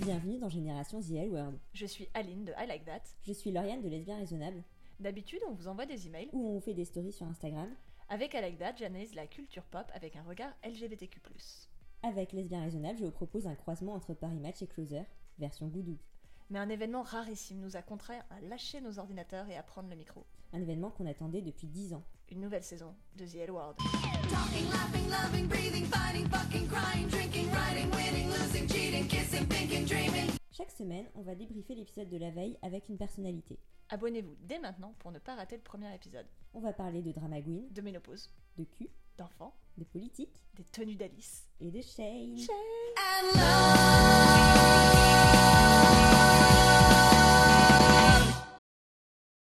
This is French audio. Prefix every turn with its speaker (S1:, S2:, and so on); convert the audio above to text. S1: bienvenue dans Génération The L Word.
S2: Je suis Aline de I Like That.
S1: Je suis Lauriane de Lesbien Raisonnable,
S2: D'habitude, on vous envoie des emails.
S1: où on fait des stories sur Instagram.
S2: Avec I Like That, j'analyse la culture pop avec un regard LGBTQ.
S1: Avec Lesbien Raisonnable, je vous propose un croisement entre Paris Match et Closer, version goudou.
S2: Mais un événement rarissime nous a contraints à lâcher nos ordinateurs et à prendre le micro.
S1: Un événement qu'on attendait depuis 10 ans.
S2: Une nouvelle saison de The L Word.
S3: Talking, laughing, loving, breathing, fighting, fucking, crying, drinking, writing, winning, losing, cheating, kissing, thinking, dreaming.
S1: Chaque semaine, on va débriefer l'épisode de la veille avec une personnalité.
S2: Abonnez-vous dès maintenant pour ne pas rater le premier épisode.
S1: On va parler de drama queen,
S2: De ménopause,
S1: de cul,
S2: d'enfants,
S1: de politique
S2: des tenues d'Alice.
S1: et de shame.
S3: And love.